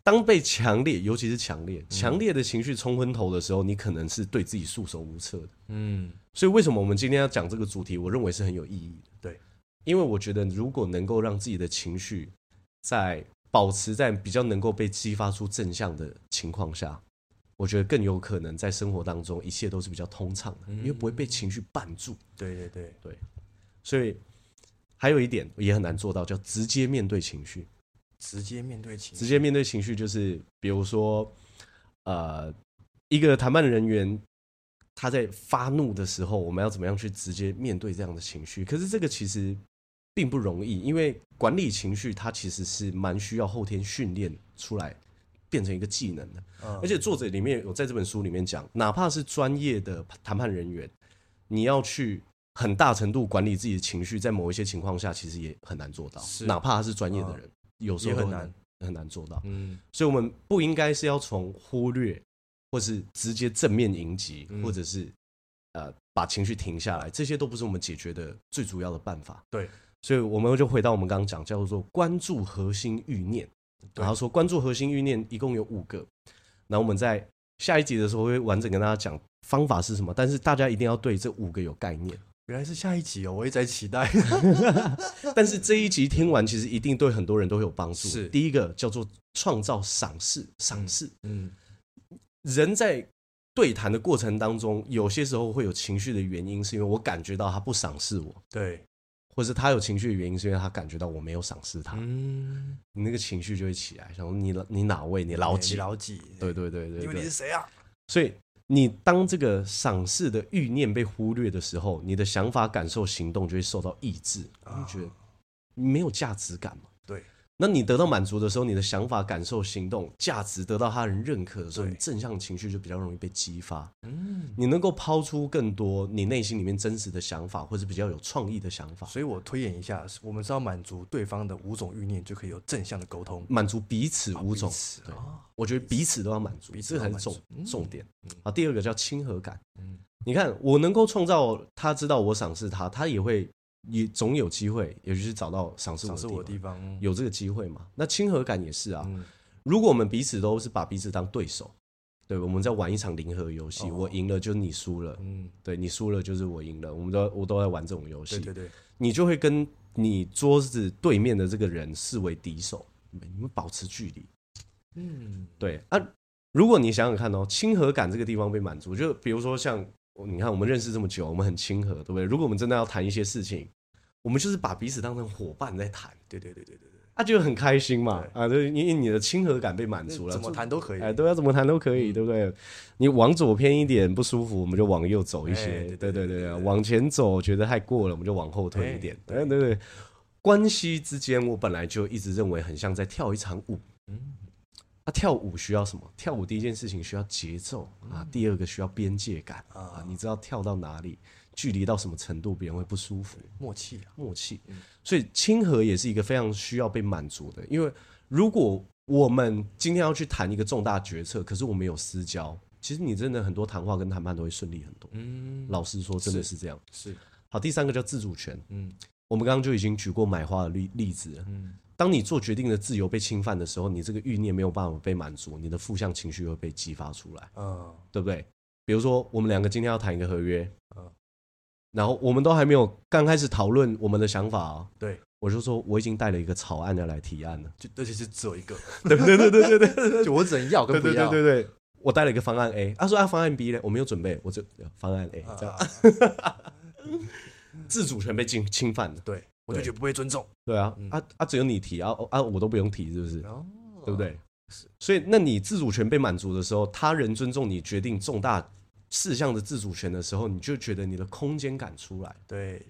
Speaker 1: 当被强烈，尤其是强烈、强烈的情绪冲昏头的时候，你可能是对自己束手无策的。
Speaker 2: 嗯，
Speaker 1: 所以，为什么我们今天要讲这个主题？我认为是很有意义的。
Speaker 2: 对，
Speaker 1: 因为我觉得如果能够让自己的情绪在保持在比较能够被激发出正向的情况下，我觉得更有可能在生活当中一切都是比较通畅的，因为不会被情绪绊住。
Speaker 2: 对对对，
Speaker 1: 所以还有一点也很难做到，叫直接面对情绪。
Speaker 2: 直接面对情
Speaker 1: 直
Speaker 2: 绪，
Speaker 1: 接面对情绪就是，比如说，呃，一个谈判人员他在发怒的时候，我们要怎么样去直接面对这样的情绪？可是这个其实并不容易，因为管理情绪它其实是蛮需要后天训练出来。变成一个技能的，
Speaker 2: 嗯
Speaker 1: 而且作者里面有在这本书里面讲，哪怕是专业的谈判人员，你要去很大程度管理自己的情绪，在某一些情况下其实也很难做到，
Speaker 2: 是嗯
Speaker 1: 哪怕他是专业的人，有时候
Speaker 2: 也
Speaker 1: 都
Speaker 2: 很
Speaker 1: 很难
Speaker 2: 难
Speaker 1: 很难做到。
Speaker 2: 嗯，
Speaker 1: 所以我们不应该是要从忽略，或是直接正面迎击，
Speaker 2: 嗯
Speaker 1: 或者是呃把情绪停下来，这些都不是我们解决的最主要的办法。
Speaker 2: 对，
Speaker 1: 所以我们就回到我们刚刚讲，叫做关注核心欲念。
Speaker 2: 对
Speaker 1: 然后说关注核心欲念一共有五个，然后我们在下一集的时候会完整跟大家讲方法是什么，但是大家一定要对这五个有概念。
Speaker 2: 原来是下一集哦，我一直在期待，
Speaker 1: 但是这一集听完，其实一定对很多人都会有帮助。
Speaker 2: 是
Speaker 1: 第一个叫做创造赏识，赏识。
Speaker 2: 嗯，
Speaker 1: 人在对谈的过程当中，有些时候会有情绪的原因，是因为我感觉到他不赏识我，
Speaker 2: 对，
Speaker 1: 或是他有情绪的原因，是因为他感觉到我没有赏识他，
Speaker 2: 嗯，
Speaker 1: 你那个情绪就会起来，想说你你哪位，你老几？
Speaker 2: 老几，
Speaker 1: 对对对对
Speaker 2: 因为你
Speaker 1: 对
Speaker 2: 是，谁啊？
Speaker 1: 所以你当这个赏识的欲念被忽略的时候，你的想法、感受、行动就会受到抑制，你
Speaker 2: 啊
Speaker 1: 就觉得没有价值感嘛。
Speaker 2: 对，
Speaker 1: 那你得到满足的时候，你的想法、感受、行动、价值得到他人认可的时候，
Speaker 2: 对
Speaker 1: 你正向情绪就比较容易被激发。
Speaker 2: 嗯，
Speaker 1: 你能够抛出更多你内心里面真实的想法，或者比较有创意的想法，
Speaker 2: 所以我推演一下，我们是要满足对方的五种欲念，就可以有正向的沟通。
Speaker 1: 满足彼此五种。
Speaker 2: 彼此
Speaker 1: 对
Speaker 2: 哦
Speaker 1: 我觉得彼此都要满足，
Speaker 2: 彼此
Speaker 1: 这个才
Speaker 2: 都
Speaker 1: 是
Speaker 2: 要
Speaker 1: 重
Speaker 2: 满足
Speaker 1: 重点。啊，第二个叫亲和感。
Speaker 2: 嗯
Speaker 1: 你看，我能够创造他知道我赏识他，他也会也总有机会，也就是找到赏识我
Speaker 2: 赏识我
Speaker 1: 的
Speaker 2: 的
Speaker 1: 地
Speaker 2: 地
Speaker 1: 方，
Speaker 2: 方，
Speaker 1: 有这个机会嘛？那亲和感也是啊。
Speaker 2: 嗯
Speaker 1: 如果我们彼此都是把彼此当对手，对，我们在玩一场零和游戏，
Speaker 2: 哦
Speaker 1: 我赢了就是你输了，
Speaker 2: 嗯，
Speaker 1: 对你输了就是我赢了，我们都我都在玩这种游戏。
Speaker 2: 对对对，
Speaker 1: 你就会跟你桌子对面的这个人视为敌手，你们保持距离。
Speaker 2: 嗯，
Speaker 1: 对啊，如果你想想看哦，亲和感这个地方被满足，就比如说像哦你看我们认识这么久，我们很亲和，对不对？如果我们真的要谈一些事情，我们就是把彼此当成伙伴在谈，
Speaker 2: 对对对对对对，
Speaker 1: 啊，就很开心嘛，
Speaker 2: 对
Speaker 1: 啊，就是因为你的亲和感被满足了，
Speaker 2: 怎么谈都可以。
Speaker 1: 哎，对啊，怎么谈都可以，对不对？你往左偏一点不舒服，我们就往右走一些
Speaker 2: 哎，
Speaker 1: 对对
Speaker 2: 对
Speaker 1: 对
Speaker 2: 对对对
Speaker 1: 对，
Speaker 2: 对
Speaker 1: 往前走觉得太过了，我们就往后退一
Speaker 2: 哎
Speaker 1: 点，
Speaker 2: 对
Speaker 1: 哎对对。关系之间，我本来就一直认为很像在跳一场舞。
Speaker 2: 嗯
Speaker 1: 那、跳舞需要什么？跳舞第一件事情需要节奏啊，第二个需要边界感啊，你知道跳到哪里，距离到什么程度，别人会不舒服。
Speaker 2: 默契啊，
Speaker 1: 默契，所以亲和也是一个非常需要被满足的。因为如果我们今天要去谈一个重大决策，可是我们有私交，其实你真的很多谈话跟谈判都会顺利很多。
Speaker 2: 嗯，
Speaker 1: 老实说，真的是这样。
Speaker 2: 是，
Speaker 1: 好，第三个叫自主权。
Speaker 2: 嗯
Speaker 1: 我们刚刚就已经举过买花的例例子了。
Speaker 2: 嗯
Speaker 1: 当你做决定的自由被侵犯的时候，你这个欲念没有办法被满足，你的负向情绪会被激发出来，
Speaker 2: 呃
Speaker 1: 对不对？比如说，我们两个今天要谈一个合约
Speaker 2: 嗯，
Speaker 1: 然后我们都还没有刚开始讨论我们的想法哦，
Speaker 2: 对，
Speaker 1: 我就说我已经带了一个草案要来提案了，
Speaker 2: 就而且是只有一个，
Speaker 1: (laughs) 对对对对对对对
Speaker 2: 就我只能要跟不
Speaker 1: 对
Speaker 2: 要，
Speaker 1: 对对对，我带了一个方案 A，他、说啊方案 B 呢，我没有准备，我就呃方案 A 这样，
Speaker 2: 啊
Speaker 1: 自主权被侵侵犯了，
Speaker 2: 对我就觉得不被尊重，
Speaker 1: 对啊
Speaker 2: 嗯
Speaker 1: 啊啊只有你提啊哦啊我都不用提是不是？
Speaker 2: 哦，
Speaker 1: 对不对？所以，那你自主权被满足的时候，他人尊重你决定重大事项的自主权的时候，你就觉得你的空间感出来。
Speaker 2: 对？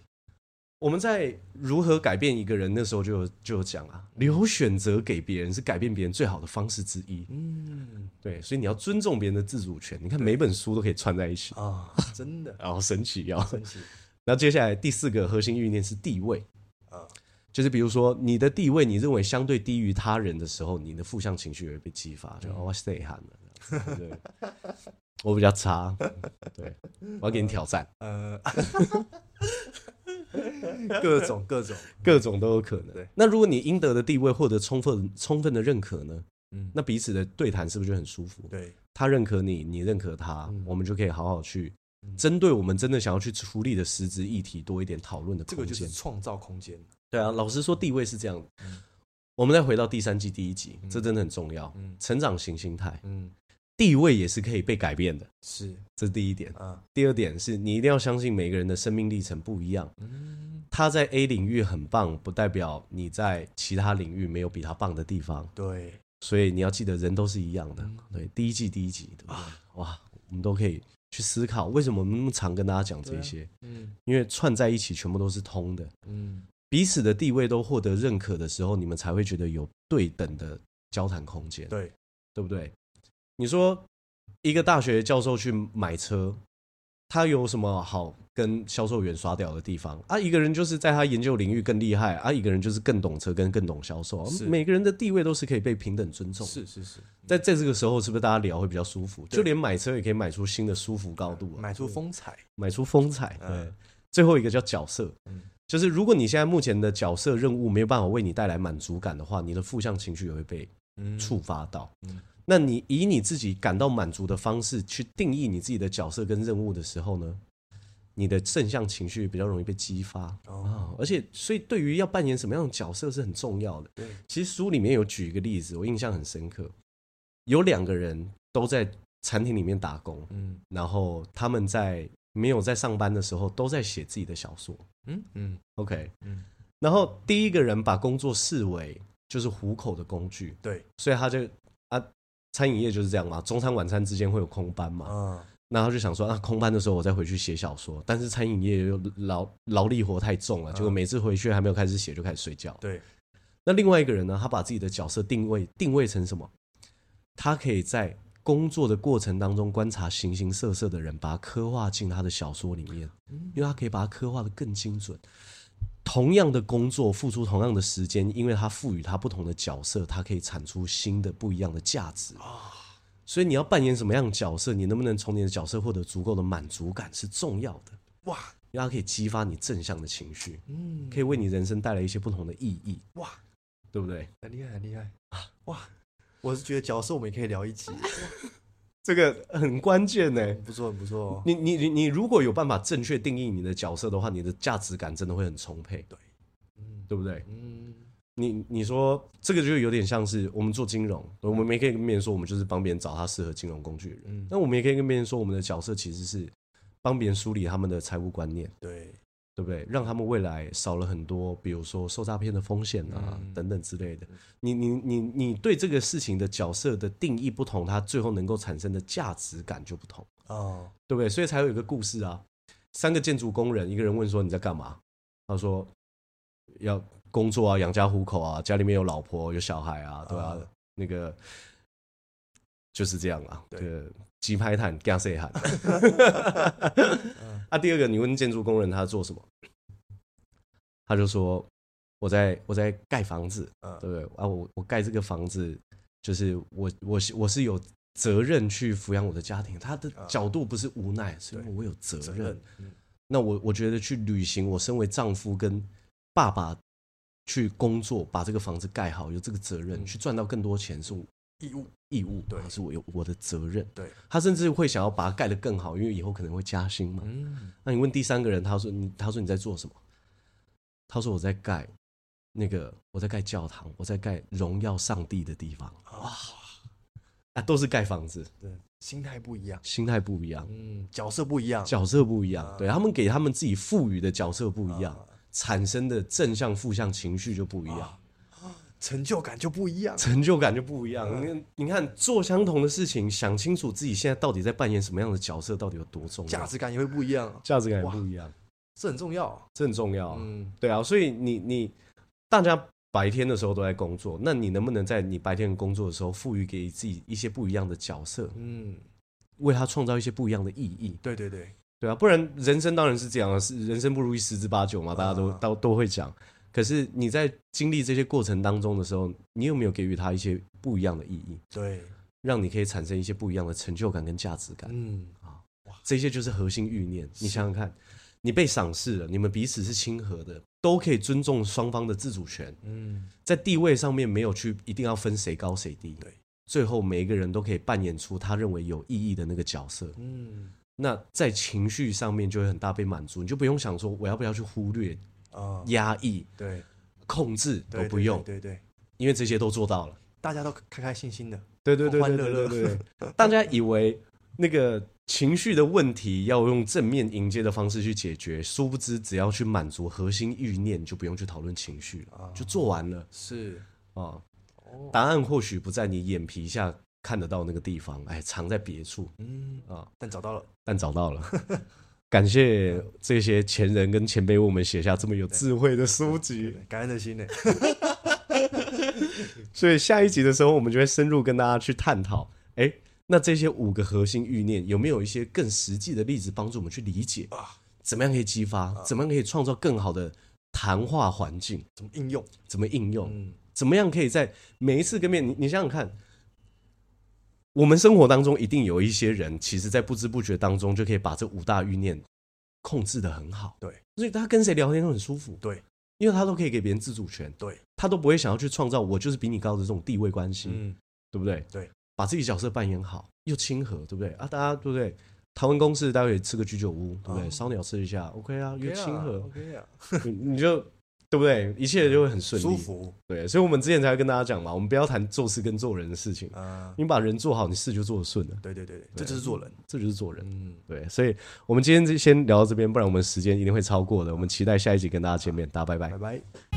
Speaker 1: 我们在如何改变一个人那时候就有就有讲啊，留选择给别人是改变别人最好的方式之一。
Speaker 2: 嗯
Speaker 1: 对，所以你要尊重别人的自主权。你看每本书都可以串在一起，
Speaker 2: 啊，真的
Speaker 1: 然后神奇哦。
Speaker 2: 神奇，
Speaker 1: 然后接下来第四个核心欲念是地位，
Speaker 2: 啊
Speaker 1: 就是比如说你的地位你认为相对低于他人的时候，你的负向情绪也会被激发，就、哦、我内涵了，这样子对不对？我比较差，对，我要给你挑战，
Speaker 2: 呃， (laughs) 各种各种，
Speaker 1: 各种都有可能。
Speaker 2: 对
Speaker 1: 那如果你应得的地位获得充分充分的认可呢？
Speaker 2: 嗯
Speaker 1: 那彼此的对谈是不是就很舒服？
Speaker 2: 对，嗯
Speaker 1: 他认可你，你认可他，我们就可以好好去针对我们真的想要去处理的实质议题多一点讨论的
Speaker 2: 这
Speaker 1: 空
Speaker 2: 个
Speaker 1: 间。
Speaker 2: 就是嗯创造空间，
Speaker 1: 对啊，老实说，地位是这样的。我们再回到第三季第一集，这真的很重要。
Speaker 2: 嗯
Speaker 1: 成长型心态，
Speaker 2: 嗯，
Speaker 1: 地位也是可以被改变的，
Speaker 2: 是
Speaker 1: 这是第一点。
Speaker 2: 啊，
Speaker 1: 第二点是你一定要相信每个人的生命历程不一样，
Speaker 2: 嗯，
Speaker 1: 他在 A 领域很棒，不代表你在其他领域没有比他棒的地方。
Speaker 2: 对，
Speaker 1: 所以你要记得，人都是一样
Speaker 2: 嗯
Speaker 1: 的。对，第一季第一集，对不对？
Speaker 2: 啊
Speaker 1: 哇，我们都可以去思考，为什么我们那么常跟大家讲这些？
Speaker 2: 嗯
Speaker 1: 因为串在一起，全部都是通的。
Speaker 2: 嗯，
Speaker 1: 彼此的地位都获得认可的时候，你们才会觉得有对等的交谈空间，
Speaker 2: 对，
Speaker 1: 对不对？你说一个大学教授去买车，他有什么好跟销售员刷掉的地方啊？一个人就是在他研究领域更厉害啊，一个人就是更懂车跟更懂销售啊，
Speaker 2: 是
Speaker 1: 每个人的地位都是可以被平等尊重的。
Speaker 2: 是是是，
Speaker 1: 在在这个时候，是不是大家聊会比较舒服？
Speaker 2: 对
Speaker 1: 就连买车也可以买出新的舒服高度、啊，
Speaker 2: 买出风采，
Speaker 1: 买出风采。对，
Speaker 2: 嗯
Speaker 1: 最后一个叫角色
Speaker 2: 嗯，
Speaker 1: 就是如果你现在目前的角色任务没有办法为你带来满足感的话，你的负向情绪也会被
Speaker 2: 嗯
Speaker 1: 触发到。
Speaker 2: 嗯
Speaker 1: 那你以你自己感到满足的方式去定义你自己的角色跟任务的时候呢，你的正向情绪比较容易被激发啊、
Speaker 2: 哦
Speaker 1: 而且，所以对于要扮演什么样的角色是很重要的
Speaker 2: 对。
Speaker 1: 其实书里面有举一个例子，我印象很深刻，有两个人都在餐厅里面打工，
Speaker 2: 嗯
Speaker 1: 然后他们在没有在上班的时候都在写自己的小说。
Speaker 2: 嗯嗯
Speaker 1: OK，
Speaker 2: 嗯，
Speaker 1: 然后第一个人把工作视为就是糊口的工具，
Speaker 2: 对，
Speaker 1: 所以他就啊，餐饮业就是这样嘛，中餐晚餐之间会有空班嘛，
Speaker 2: 啊，
Speaker 1: 那他就想说啊，空班的时候我再回去写小说，但是餐饮业又劳劳力活太重了，结果每次回去还没有开始写就开始睡觉。
Speaker 2: 对，
Speaker 1: 那另外一个人呢，他把自己的角色定位定位成什么？他可以在工作的过程当中观察形形色色的人，把它刻画进他的小说里面，因为他可以把它刻画的更精准。同样的工作，付出同样的时间，因为他赋予他不同的角色，他可以产出新的不一样的价值所以你要扮演什么样的角色，你能不能从你的角色获得足够的满足感是重要的，
Speaker 2: 哇
Speaker 1: 因为它可以激发你正向的情绪，
Speaker 2: 嗯
Speaker 1: 可以为你人生带来一些不同的意义，
Speaker 2: 哇，
Speaker 1: 对不对？
Speaker 2: 很厉害很厉害，哇，啊我是觉得角色我们也可以聊一 (laughs) 集，
Speaker 1: 这个很关键呢、
Speaker 2: 很不错很不错哦，
Speaker 1: 你你你你如果有办法正确定义你的角色的话，你的价值感真的会很充沛，对，
Speaker 2: 嗯
Speaker 1: 对不对？
Speaker 2: 嗯
Speaker 1: 你你说这个就有点像是我们做金融，我们也可以跟别人说我们就是帮别人找他适合金融工具的人，
Speaker 2: 嗯，
Speaker 1: 那我们也可以跟别人说我们的角色其实是帮别人梳理他们的财务观念，
Speaker 2: 对，
Speaker 1: 对不对？让他们未来少了很多，比如说受诈骗的风险啊、
Speaker 2: 嗯
Speaker 1: 等等之类的。你你你你对这个事情的角色的定义不同，它最后能够产生的价值感就不同。
Speaker 2: 哦，
Speaker 1: 对不对？所以啊才有一个故事啊，三个建筑工人，一个人问说你在干嘛？他说要工作啊，养家糊口啊，家里面有老婆有小孩啊，对吧、
Speaker 2: 啊
Speaker 1: 那个就是这样啦，
Speaker 2: 对
Speaker 1: 对，鸡排摊干谁喊？ (laughs) 啊，第二个你问建筑工人他做什么，他就说我在我在盖房子，
Speaker 2: 嗯
Speaker 1: 对不对？啊，我我盖这个房子，就是我我是我是有责任去抚养我的家庭。他的
Speaker 2: 啊
Speaker 1: 角度不是无奈，是因为
Speaker 2: 对
Speaker 1: 我有责任。
Speaker 2: 责任，嗯
Speaker 1: 那我我觉得去旅行，我身为丈夫跟爸爸去工作，把这个房子盖好，有这个责任，
Speaker 2: 嗯
Speaker 1: 去赚到更多钱是我
Speaker 2: 义务，
Speaker 1: 义务，
Speaker 2: 对
Speaker 1: 啊是我有我的责任。
Speaker 2: 对，
Speaker 1: 他甚至会想要把它盖得更好，因为以后可能会加薪嘛。
Speaker 2: 嗯，
Speaker 1: 那你问第三个人，他说你，他说你在做什么？他说我在盖那个，我在盖教堂，我在盖荣耀上帝的地方
Speaker 2: 哇，
Speaker 1: 啊，都是盖房子，
Speaker 2: 对，心态不一样，
Speaker 1: 心态不一样，
Speaker 2: 嗯，角色不一样，
Speaker 1: 角色不一
Speaker 2: 啊
Speaker 1: 样，对他们给他们自己赋予的角色不一样，产生的正向负向情绪就不一
Speaker 2: 啊
Speaker 1: 样，
Speaker 2: 成就感就不一样，
Speaker 1: 成就感就不一
Speaker 2: 啊
Speaker 1: 样。你看，你看，做相同的事情，想清楚自己现在到底在扮演什么样的角色，到底有多重要，
Speaker 2: 价值感也会不一样，
Speaker 1: 价值感也不一样，
Speaker 2: 啊这很重要。
Speaker 1: 这很重要啊。
Speaker 2: 嗯，
Speaker 1: 对啊，所以你你大家白天的时候都在工作，那你能不能在你白天工作的时候赋予给自己一些不一样的角色，
Speaker 2: 嗯，
Speaker 1: 为他创造一些不一样的意义？
Speaker 2: 对对对，
Speaker 1: 对啊，不然人生当然是这样啊，是人生不如意十之八九嘛，大家都
Speaker 2: 啊
Speaker 1: 都都会讲。可是你在经历这些过程当中的时候，你有没有给予他一些不一样的意义，
Speaker 2: 对，
Speaker 1: 让你可以产生一些不一样的成就感跟价值感？
Speaker 2: 嗯，
Speaker 1: 这些就是核心欲念。你想想看，你被赏识了，你们彼此是亲和的，都可以尊重双方的自主权。
Speaker 2: 嗯，
Speaker 1: 在地位上面没有去一定要分谁高谁低，
Speaker 2: 对，
Speaker 1: 最后每一个人都可以扮演出他认为有意义的那个角色。
Speaker 2: 嗯，
Speaker 1: 那在情绪上面就会很大被满足，你就不用想说我要不要去忽略、
Speaker 2: 啊，
Speaker 1: 压抑、
Speaker 2: 对，
Speaker 1: 控制都
Speaker 2: 对，
Speaker 1: 不用，
Speaker 2: 对对，对
Speaker 1: 因为这些都做到了。
Speaker 2: 大家都开开心心的，
Speaker 1: 对对对
Speaker 2: 欢
Speaker 1: 对
Speaker 2: 欢乐
Speaker 1: 对对对，对 (laughs) 大家以为那个情绪的问题要用正面迎接的方式去解决，殊不知只要去满足核心欲念，就不用去讨论情绪了
Speaker 2: 啊，
Speaker 1: 就做完了。
Speaker 2: 是，
Speaker 1: 啊
Speaker 2: 哦，
Speaker 1: 答案或许不在你眼皮下看得到那个地方，哎，藏在别处，
Speaker 2: 嗯
Speaker 1: 啊，
Speaker 2: 但找到了，
Speaker 1: 但找到了。 (laughs) 感谢这些前人跟前辈为我们写下这么有智慧的书
Speaker 2: 对
Speaker 1: 籍，
Speaker 2: 对感恩的心呢，
Speaker 1: 所以下一集的时候，我们就会深入跟大家去探讨，哎，那这些五个核心欲念有没有一些更实际的例子帮助我们去理解
Speaker 2: 啊？
Speaker 1: 怎么样可以激发？怎么样可以创造更好的谈话环境？
Speaker 2: 怎么应用？
Speaker 1: 怎么应用？
Speaker 2: 嗯，
Speaker 1: 怎么样可以在每一次跟面，你你想想看，我们生活当中一定有一些人，其实在不知不觉当中就可以把这五大欲念控制的很好，
Speaker 2: 对，
Speaker 1: 所以他跟谁聊天都很舒服，
Speaker 2: 对，
Speaker 1: 因为他都可以给别人自主权，
Speaker 2: 对，
Speaker 1: 他都不会想要去创造我就是比你高的这种地位关系，
Speaker 2: 嗯，
Speaker 1: 对不对？
Speaker 2: 对，
Speaker 1: 把自己角色扮演好，又亲和，对不对？啊，大家对不对？台湾公司待会吃个居酒屋，对不对？
Speaker 2: 哦
Speaker 1: 烧鸟吃一下，OK 啊，又亲和，
Speaker 2: ，OK 啊，
Speaker 1: 你就对不对？一切就会很顺利，
Speaker 2: 舒服
Speaker 1: 对，所以我们之前才会跟大家讲嘛，我们不要谈做事跟做人的事情，
Speaker 2: 啊，
Speaker 1: 你把人做好，你事就做得顺了，
Speaker 2: 对对对，对这就是做人，
Speaker 1: 这就是做人。
Speaker 2: 嗯，
Speaker 1: 对，所以我们今天就先聊到这边，不然我们时间一定会超过的。我们期待下一集跟大家见面，大家拜拜
Speaker 2: 拜。拜。